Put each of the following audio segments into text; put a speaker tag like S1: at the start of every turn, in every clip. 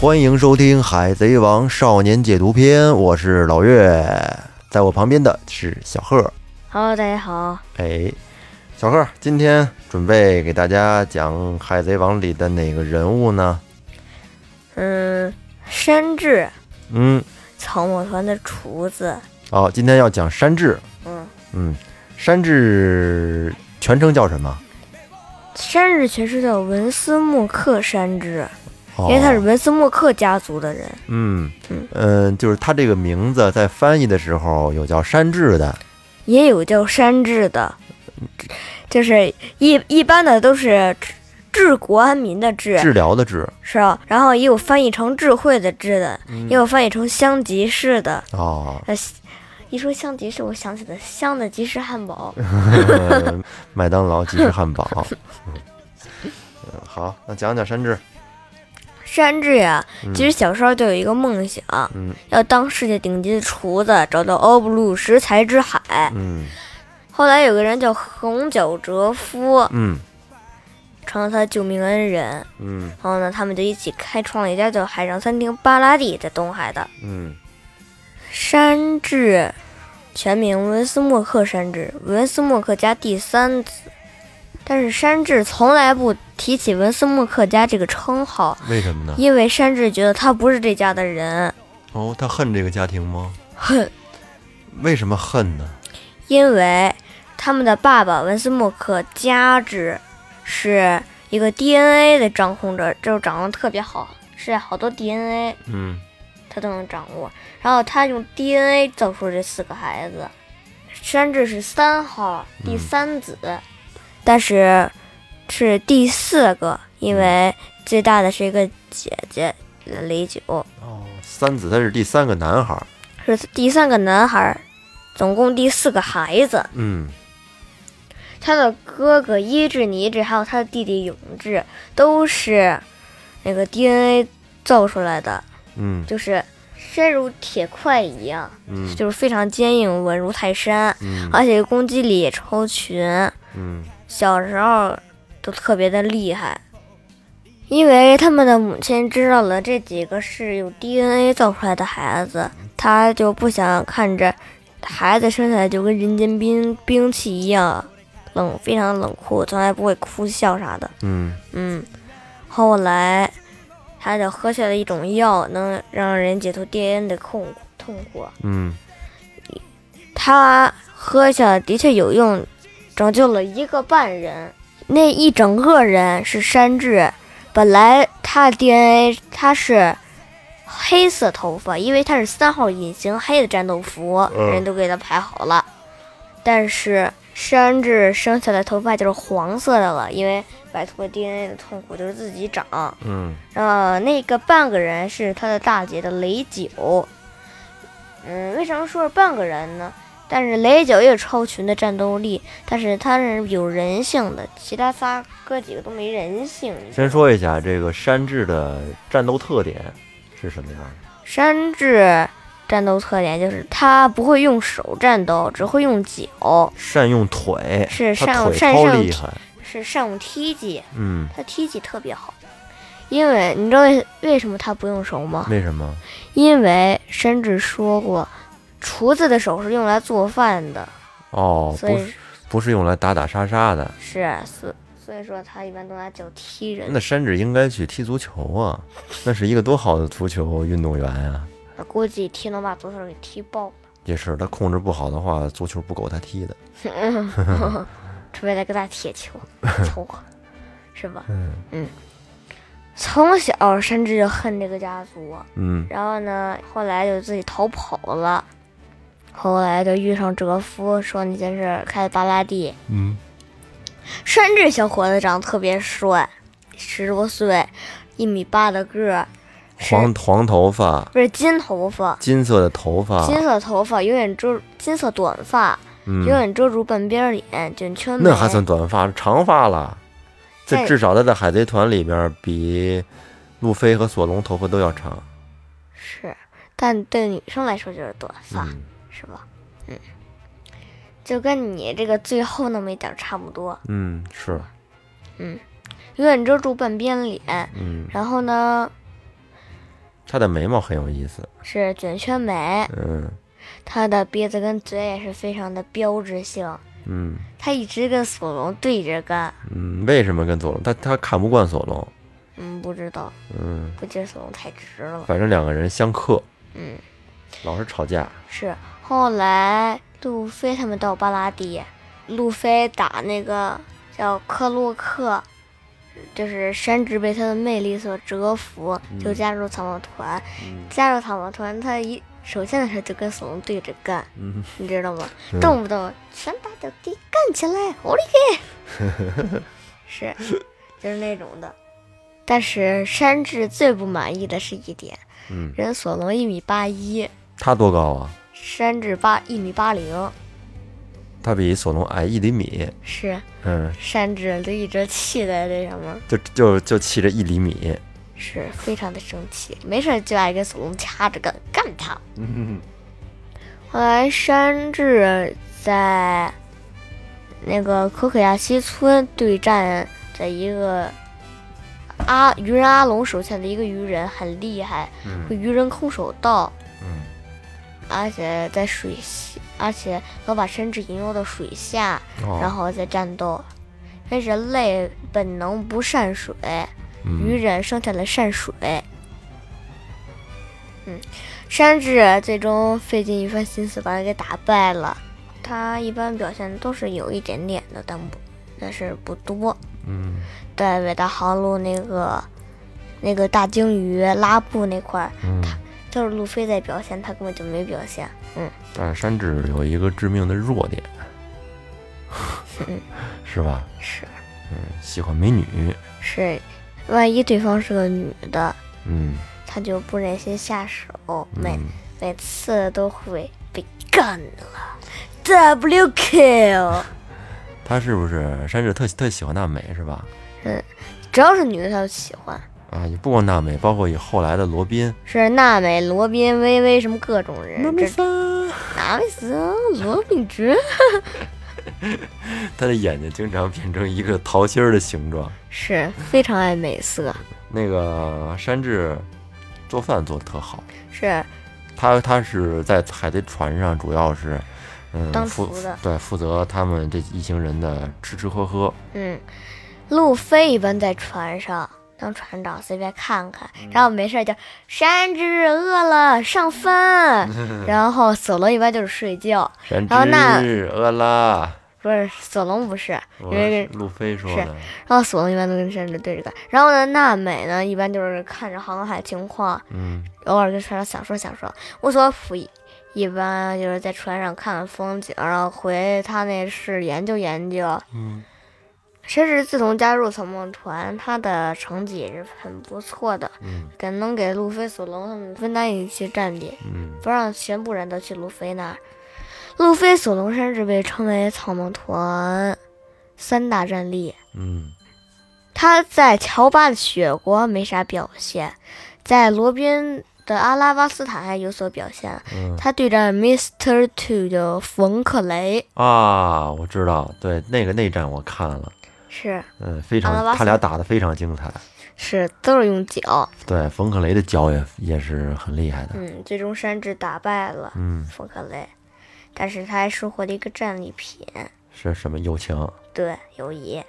S1: 欢迎收听《海贼王少年解读篇》，我是老岳，在我旁边的是小贺。
S2: Hello，大家好。
S1: 哎，小贺，今天准备给大家讲《海贼王》里的哪个人物呢？
S2: 嗯，山治，
S1: 嗯，
S2: 草蜢团的厨子。
S1: 哦，今天要讲山治。
S2: 嗯，
S1: 嗯，山治全称叫什么？
S2: 山治全称叫文斯莫克山治，
S1: 哦
S2: 因为他是文斯莫克家族的人。
S1: 嗯
S2: 嗯
S1: 嗯，就是他这个名字在翻译的时候有叫山治的，
S2: 也有叫山治的，就是一一般的都是治治国安民的治，
S1: 治疗的治。
S2: 是吧？然后也有翻译成智慧的智的，也有翻译成香吉士的。
S1: 哦，
S2: 呃，一说香吉士，我想起了香的吉士汉堡。
S1: 嗯麦当劳吉士汉堡。嗯嗯，好，那讲讲山治。
S2: 山治呀，
S1: 嗯
S2: 其实小时候就有一个梦想，
S1: 嗯
S2: 要当世界顶级的厨子，找到欧布鲁食材之海。
S1: 嗯
S2: 后来有个人叫横角哲夫，
S1: 嗯
S2: 成了他的救命恩人。
S1: 嗯
S2: 然后呢，他们就一起开创了一家叫海上餐厅巴拉蒂，在东海的
S1: 嗯
S2: 山治，全名文斯莫克山治，文斯莫克家第三子。但是山治从来不提起文斯莫克家这个称号，
S1: 为什么呢？
S2: 因为山治觉得他不是这家的人，
S1: 哦，他恨这个家庭吗？
S2: 哼，
S1: 为什么恨呢？
S2: 因为他们的爸爸文斯莫克加之是一个 DNA 的掌控者，就是掌握得特别好，是好多 DNA
S1: 嗯
S2: 他都能掌握。然后他用 DNA 造出这四个孩子，山治是三号第三子，但是是第四个，因为最大的是一个姐姐雷九，
S1: 哦，三子他是第三个男孩儿。
S2: 是第三个男孩，总共第四个孩子。
S1: 嗯
S2: 他的哥哥伊志尼治，还有他的弟弟永志，都是那个 DNA 造出来的，
S1: 嗯
S2: 就是身如铁块一样，
S1: 嗯
S2: 就是啊非常坚硬，稳如泰山，
S1: 嗯
S2: 而且攻击力也超群。
S1: 嗯
S2: 小时候都特别的厉害，因为他们的母亲知道了这几个是有 DNA 造出来的孩子，她就不想看着孩子生下来就跟人间冰兵器一样冷，非常冷酷，从来不会哭笑啥的。
S1: 嗯
S2: 嗯，后来他就喝下了一种药，能让人解脱 DNA 的痛苦痛苦。啊
S1: 嗯
S2: 他喝下的确有用，拯救了一个半人。那一整个人是山治，本来他的 DNA 他是黑色头发，因为他是三号隐形黑的战斗服，
S1: 嗯
S2: 人都给他排好了。但是山治生下来头发就是黄色的了，因为摆脱 DNA 的痛苦就是自己长。
S1: 嗯
S2: 呃，那个半个人是他的大姐的雷九。嗯，为什么说是半个人呢？但是雷九也有超群的战斗力，但是他是有人性的，其他仨哥几个都没人性。
S1: 先说一下这个山治的战斗特点是什么样的？
S2: 山治战斗特点就是他不会用手战斗，只会用脚，
S1: 善用腿，
S2: 是
S1: 他
S2: 善
S1: 腿
S2: 善
S1: 超
S2: 上
S1: 厉害。
S2: 是善用踢技，
S1: 嗯，
S2: 他踢技特别好。因为你知道为为什么他不用手吗？
S1: 为什么？
S2: 因为山治说过，厨子的手是用来做饭的，
S1: 哦，
S2: 所
S1: 不
S2: 以
S1: 是不是用来打打杀杀的。
S2: 是所所以说他一般都拿脚踢人
S1: 那。山治应该去踢足球啊，那是一个多好的足球运动员啊！
S2: 我估计踢能把足球给踢爆了，
S1: 也是，他控制不好的话，足球不够他踢的。
S2: 除非来个大铁球凑合，是吧？
S1: 嗯
S2: 从小山治就恨这个家族，
S1: 嗯
S2: 然后呢，后来就自己逃跑了。后来就遇上哲夫，说那件事儿开巴拉蒂，
S1: 嗯
S2: 山治小伙子长得特别帅，十多岁，一米八的个儿，是
S1: 黄黄头发，
S2: 不是金头发，
S1: 金色的头发，
S2: 金色头发永远遮金色短发，
S1: 嗯
S2: 永，远遮住半边脸，卷圈眉。
S1: 那还算短发，长发了。这
S2: 在
S1: 至少他在海贼团里边比路飞和索隆头发都要长。
S2: 是，但对女生来说就是短发，
S1: 嗯
S2: 是吧？嗯，就跟你这个最后那么一点儿差不多，
S1: 嗯，是，
S2: 永远遮住半边脸，
S1: 嗯
S2: 然后呢，
S1: 她的眉毛很有意思，
S2: 是卷圈眉，
S1: 嗯
S2: 她的鼻子跟嘴也是非常的标志性。
S1: 嗯
S2: 她一直跟索隆对着干，
S1: 嗯，为什么跟佐龙？她她看不惯佐龙，
S2: 嗯，不知道，
S1: 嗯，
S2: 估计索隆太直了。
S1: 反正两个人相克，
S2: 嗯，
S1: 老是吵架，
S2: 是。后来路飞他们到巴拉迪，路飞打那个叫克洛克，就是山治被他的魅力所折服，就加入草帽团。
S1: 嗯
S2: 加入草帽团，他一首先的时候就跟索隆对着干，
S1: 嗯，
S2: 你知道吗？
S1: 嗯
S2: 动不动拳打脚踢，干起来，我勒个！ 是，就是那种的。但是山治最不满意的是一点，
S1: 嗯
S2: 人索隆一米八一，
S1: 她多高啊？
S2: 山治八一米八零，
S1: 她比索隆矮一厘米，
S2: 是
S1: 嗯，
S2: 山治就一直气的那什么，
S1: 就就就气这一厘米，
S2: 是非常的生气，没事就爱跟索隆掐着干干他。
S1: 嗯
S2: 后来山治在那个可可亚西村对战的一个阿鱼人阿龙手下的一个鱼人，很厉害，会鱼人空手道，
S1: 嗯
S2: 而且在水下，而且能把山治引诱到水下，
S1: 哦
S2: 然后再战斗。因为人类本能不善水，鱼
S1: 嗯
S2: 人生下来善水。嗯，山治最终费尽一番心思把他给打败了。他一般表现都是有一点点的，但不，但是不多。
S1: 嗯
S2: 在伟大航路那个那个大鲸鱼拉布那块儿，
S1: 嗯，
S2: 都是路飞在表现，他根本就没表现。嗯，
S1: 但是山治有一个致命的弱点， 是吧？
S2: 嗯
S1: 嗯
S2: 是
S1: 喜欢美女，
S2: 是，万一对方是个女的，
S1: 嗯，
S2: 他就不忍心下手，每、
S1: 嗯
S2: 每次都会被干了。W kill，
S1: 她是不是山治特特喜欢娜美是吧？
S2: 只要是女的，他就喜欢。
S1: 啊，也不光娜美，包括以后来的罗宾，
S2: 是娜美、罗宾、薇薇什么各种人，这
S1: 桑，
S2: 哪位斯、罗宾爵
S1: 他的眼睛经常变成一个桃心儿的形状。
S2: 是非常爱美色，
S1: 那个山治做饭做的特好，
S2: 是
S1: 他他是在海贼船上，主要是嗯
S2: 当
S1: 负
S2: 厨的
S1: 对负责他们这一行人的吃吃喝喝。
S2: 嗯，路飞一般在船上当船长，随便看看，
S1: 嗯
S2: 然后没事儿就山治饿了 上饭，然后索隆一般就是睡觉，
S1: 山
S2: 然后那
S1: 治饿啦，
S2: 不是索隆不是，因
S1: 我
S2: 为
S1: 是路飞说
S2: 是
S1: 的，
S2: 然后索隆一般都跟山治对着干，然后呢娜美呢一般就是看着航海情况，
S1: 嗯
S2: 偶尔跟船上想说想说。乌索普一一般就是在船上看看风景，然后回他那室研究研究。
S1: 嗯
S2: 甚至自从加入草帽团，他的成绩也是很不错的，
S1: 嗯
S2: 给能给路飞、索隆他们分担一些战力，
S1: 嗯
S2: 不让全部人都去路飞那儿。路飞、索隆甚至被称为草帽团三大战力。
S1: 嗯
S2: 他在乔巴的雪国没啥表现，在罗宾的阿拉巴斯坦还有所表现。
S1: 嗯
S2: 他对战 Mister Two 的冯克雷
S1: 啊，我知道，对那个内战我看了，
S2: 是
S1: 嗯，非
S2: 阿拉巴
S1: 常
S2: 斯
S1: 他俩打的非常精彩，
S2: 是都是用脚，
S1: 对冯克雷的脚也也是很厉害的，
S2: 嗯，最终山治打败了
S1: 嗯，
S2: 冯克雷，但是他还收获了一个战利品，
S1: 是什么友情？
S2: 对友谊。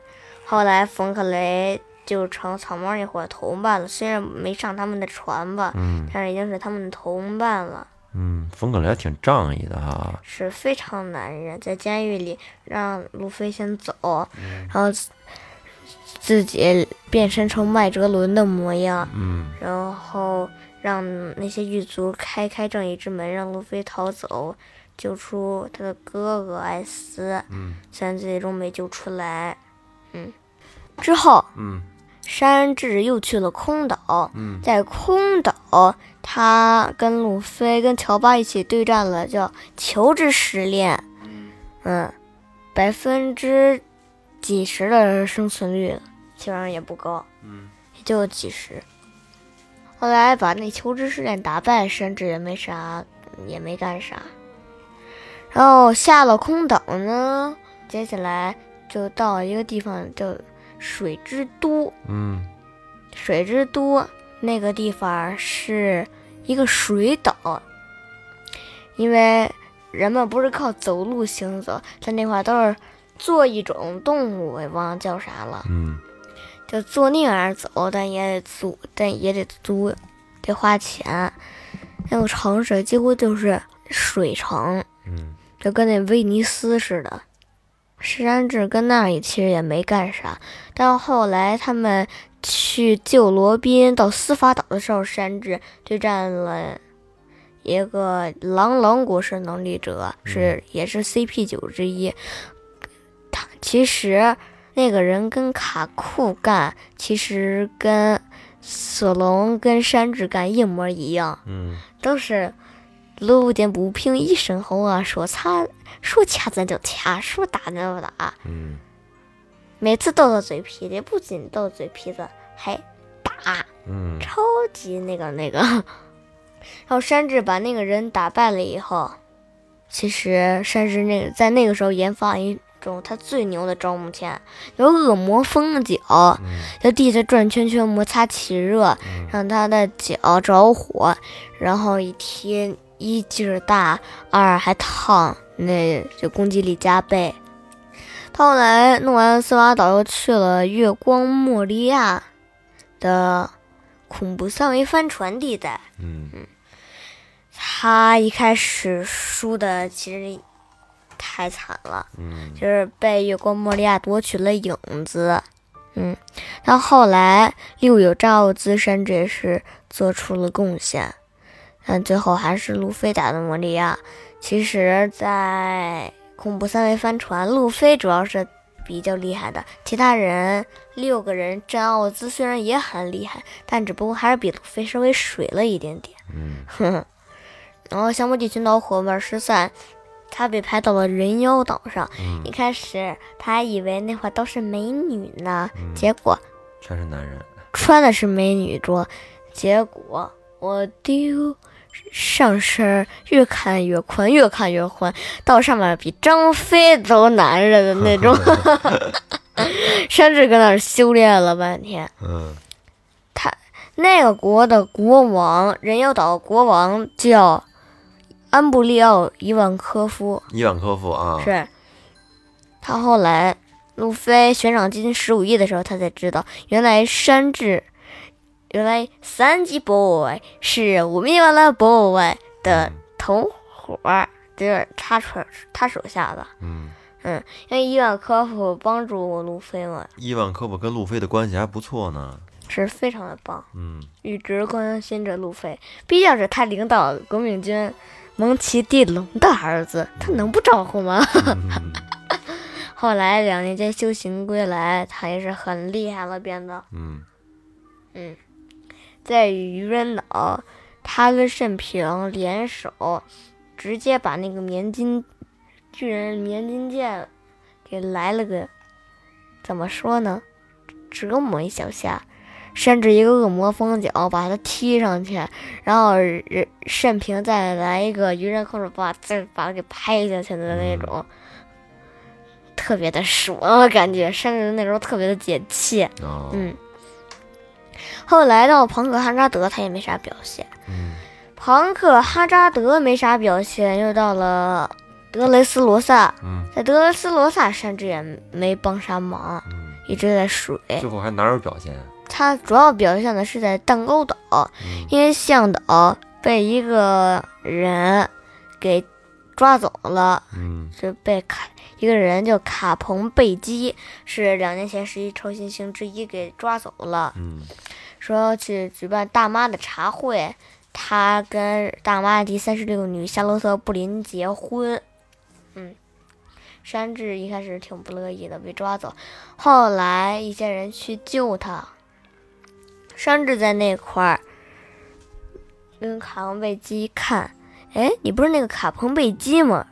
S2: 后来冯克雷就成草帽那伙儿同伴了，虽然没上他们的船吧，
S1: 嗯
S2: 但是已经是他们的同伴了。
S1: 嗯，冯克雷还挺仗义的哈，
S2: 是非常男人，在监狱里让路飞先走，
S1: 嗯
S2: 然后自自己变身成麦哲伦的模样，
S1: 嗯
S2: 然后让那些狱卒开开正义之门，让路飞逃走，救出他的哥哥艾斯，
S1: 嗯
S2: 虽然最终没救出来。嗯，之后
S1: 嗯
S2: 山治又去了空岛，
S1: 嗯
S2: 在空岛，他跟路飞、跟乔巴一起对战了叫球之失恋，嗯，百分之几十的生存率，基本上也不高，
S1: 嗯
S2: 也就几十。后来把那球之失恋打败，甚至也没啥，也没干啥。然后下了空岛呢，接下来就到一个地方叫水之都，
S1: 嗯
S2: 水之都那个地方是一个水岛，因为人们不是靠走路行走，在那块儿都是坐一种动物，我也忘了叫啥了，
S1: 嗯，
S2: 就坐那样儿走，但也得租，但也得租，得花钱。那个城市几乎就是水城，
S1: 嗯，
S2: 就跟那威尼斯似的。石山治跟那里其实也没干啥，但后来他们去救罗宾到司法岛的时候，石山治对战了一个狼狼国是能力者，是也是 CP 九之一。他其实那个人跟卡库干，其实跟索隆跟山治干一模一样。
S1: 嗯，
S2: 都是路见不平一声吼啊，说擦说掐咱就掐，说打咱就打，
S1: 嗯，
S2: 每次斗到嘴皮子，不仅斗嘴皮子，还打，
S1: 嗯，
S2: 超级那个那个。 然后山治把那个人打败了以后，其实山治那个在那个时候研发了一种他最牛的招募签，有恶魔风脚，在地下转圈圈摩擦起热，让他的脚着火，然后一踢一劲儿大，二还烫，那就攻击力加倍。他后来弄完斯瓦岛，又去了月光莫利亚的恐怖三维帆船地带。
S1: 嗯，
S2: 他一开始输的其实太惨了，
S1: 嗯，
S2: 就是被月光莫利亚夺取了影子。嗯，到后来六有照资深这也是做出了贡献，但最后还是路飞打的莫利亚。其实，在恐怖三维帆船，路飞主要是比较厉害的，其他人六个人战奥兹虽然也很厉害，但只不过还是比路飞稍微水了一点点。
S1: 嗯，
S2: 然后香波地群岛伙伴失散，他被派到了人妖岛上。一开始他还以为那块都是美女呢，结果
S1: 全是男人，
S2: 穿的是美女装，结果我丢上身儿越看越宽，越看越宽，到上面比张飞都男人的那种。山治搁那儿修炼了半天，
S1: 嗯，
S2: 那个国的国王，人妖岛国王叫安布利奥·伊万科夫，
S1: 伊万科夫啊，
S2: 是他后来路飞悬赏金十五亿的时候，他才知道原来山治，原来三级 boy 是我们完了 boy 的同伙儿，就是他手他手下的，
S1: 嗯，
S2: 因为伊万科夫帮助路飞嘛，
S1: 伊万科夫跟路飞的关系还不错呢，
S2: 是非常的棒。
S1: 嗯，
S2: 一直关心着路飞，毕竟是他领导革命军蒙奇地龙的儿子，他能不招呼吗？
S1: 嗯，
S2: 后来两年间修行归来，他也是很厉害了，变得
S1: 嗯，
S2: 在愚人岛，他跟慎平联手，直接把那个棉金巨人棉金剑给来了个，怎么说呢，折磨一小下，甚至一个恶魔风脚把他踢上去，然后人慎平再来一个愚人控制，把再把他给拍下去的那种。特别的爽，我感觉甚至那时候特别的解气。
S1: 哦，
S2: 嗯，后来到庞克哈扎德，他也没啥表现。
S1: 嗯，
S2: 庞克哈扎德没啥表现，又到了德雷斯罗萨，
S1: 嗯，
S2: 在德雷斯罗萨甚至也没帮啥忙，
S1: 嗯，
S2: 一直在水。
S1: 最后还哪有表现？
S2: 他主要表现的是在蛋糕岛，
S1: 嗯，
S2: 因为向导被一个人给抓走了，
S1: 嗯，
S2: 就被卡一个人叫卡彭贝基，是两年前十一超新星之一给抓走了。
S1: 嗯，
S2: 说要去举办大妈的茶会，他跟大妈第三十六女夏洛特·布林结婚。嗯，山治一开始挺不乐意的，被抓走，后来一些人去救他。山治在那块儿跟卡彭贝基看，哎，你不是那个卡彭贝基吗？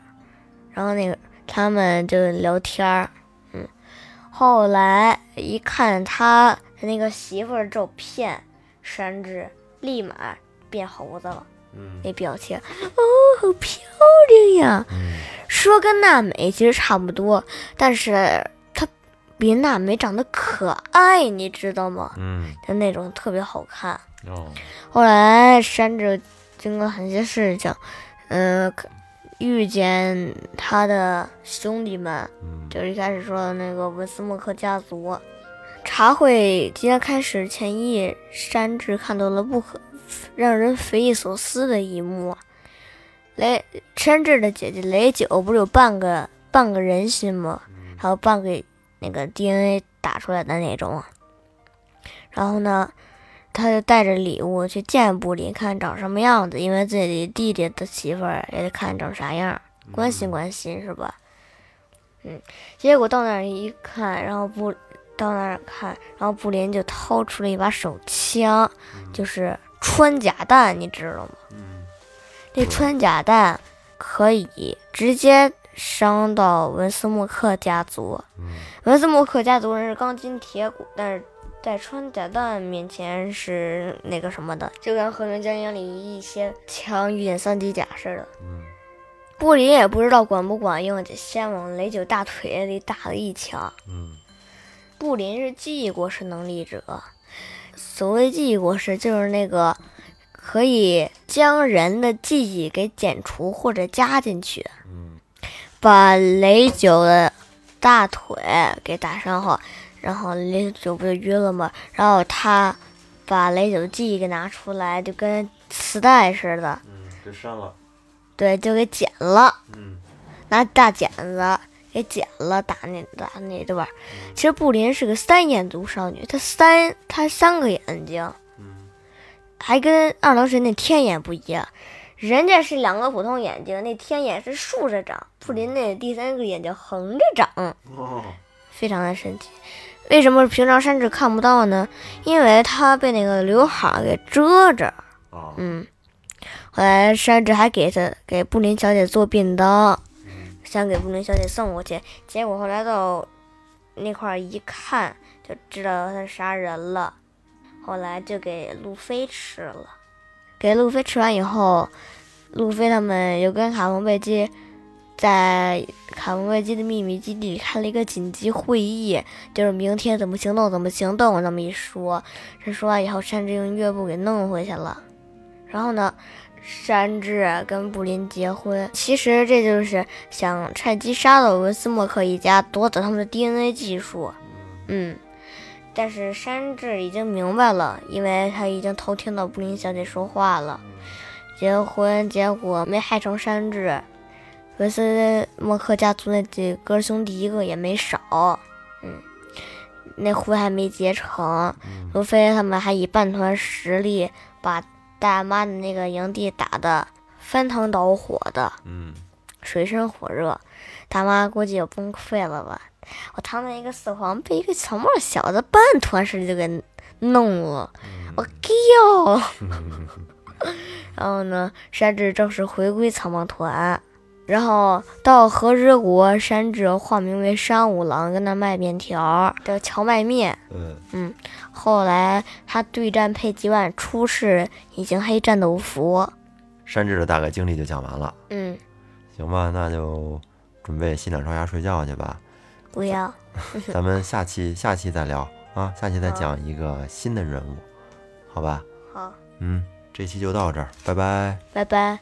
S2: 然后那个他们就聊天儿，嗯，后来一看他的那个媳妇儿照片，山治立马变猴子了，
S1: 嗯，
S2: 那表情，哦，好漂亮呀！
S1: 嗯，
S2: 说跟娜美其实差不多，但是她比娜美长得可爱，你知道吗？
S1: 嗯，
S2: 就那种特别好看。
S1: 哦，
S2: 后来山治经过很些事情，嗯、遇见他的兄弟们，
S1: 嗯，
S2: 就是一开始说的那个维斯莫克家族。茶会即将开始前夜，山治看到了不可让人匪夷所思的一幕。雷山治的姐姐雷九不是有半个半个人心吗？还有半个那个 DNA 打出来的那种啊。然后呢，他就带着礼物去见布林，看长什么样子，因为自己弟弟的媳妇儿也得看长啥样儿，关心关心是吧？嗯，结果到那儿一看，然后布到那儿看，然后布林就掏出了一把手枪，就是穿甲弹，你知道吗？
S1: 嗯，
S2: 那穿甲弹可以直接伤到文斯莫克家族。
S1: 嗯
S2: 文斯莫克家族人是钢筋铁骨，但是在穿甲弹面前是那个什么的，就跟《和平精英》里一些枪遇见三级甲似的。
S1: 嗯，
S2: 布林也不知道管不管用，就先往雷九大腿里打了一枪。
S1: 嗯，
S2: 布林是记忆国式能力者，所谓记忆国式就是那个可以将人的记忆给减除或者加进去。
S1: 嗯，
S2: 把雷九的大腿给打伤后，然后雷九不就晕了吗？然后他把雷九的记忆给拿出来，就跟磁带似的，
S1: 嗯，就删了，
S2: 对，就给剪了。
S1: 嗯，
S2: 拿大剪子给剪了，打那打那对吧？其实布林是个三眼族少女，她三她三个眼睛，
S1: 嗯，
S2: 还跟二郎神那天眼不一样，人家是两个普通眼睛，那天眼是竖着长，布林那第三个眼睛横着长，
S1: 哦，
S2: 非常的神奇。为什么平常山治看不到呢？因为他被那个刘海儿给遮着。
S1: 啊，
S2: 嗯，后来山治还给她给布林小姐做便当，想给布林小姐送过去，结果后来到那块儿一看就知道她是杀人了，后来就给路飞吃了，给路飞吃完以后，路飞他们又跟卡蒙贝基。在卡蒙贝基的秘密基地里开了一个紧急会议，就是明天怎么行动，怎么行动，这么一说，这说完以后，山治用乐部给弄回去了。然后呢，山治啊跟布林结婚，其实这就是想趁机杀了文斯莫克一家，夺走他们的 DNA 技术。嗯，但是山治已经明白了，因为他已经偷听到布林小姐说话了。结婚结果没害成山治，文斯莫克家族那几哥兄弟一个也没少。嗯，那婚还没结成，路飞他们还以半团实力把大妈的那个营地打得翻腾倒火的，
S1: 嗯，
S2: 水深火热，大妈估计也崩溃了吧？我堂堂一个四皇，被一个小冒小子半团实力就给弄了，我靠！然后呢，山治正式回归草帽团，然后到和之国，山治化名为山五郎，跟他卖面条儿，叫荞麦面。
S1: 嗯，
S2: 后来他对战佩吉万出示隐形黑战斗服，
S1: 山治的大概经历就讲完了，
S2: 嗯，
S1: 行吧，那就准备洗脸刷牙睡觉去吧，
S2: 不要，
S1: 咱们下期下期再聊啊，下期再讲一个新的人物，好吧？
S2: 好，
S1: 嗯，这期就到这儿，拜拜。
S2: 拜拜。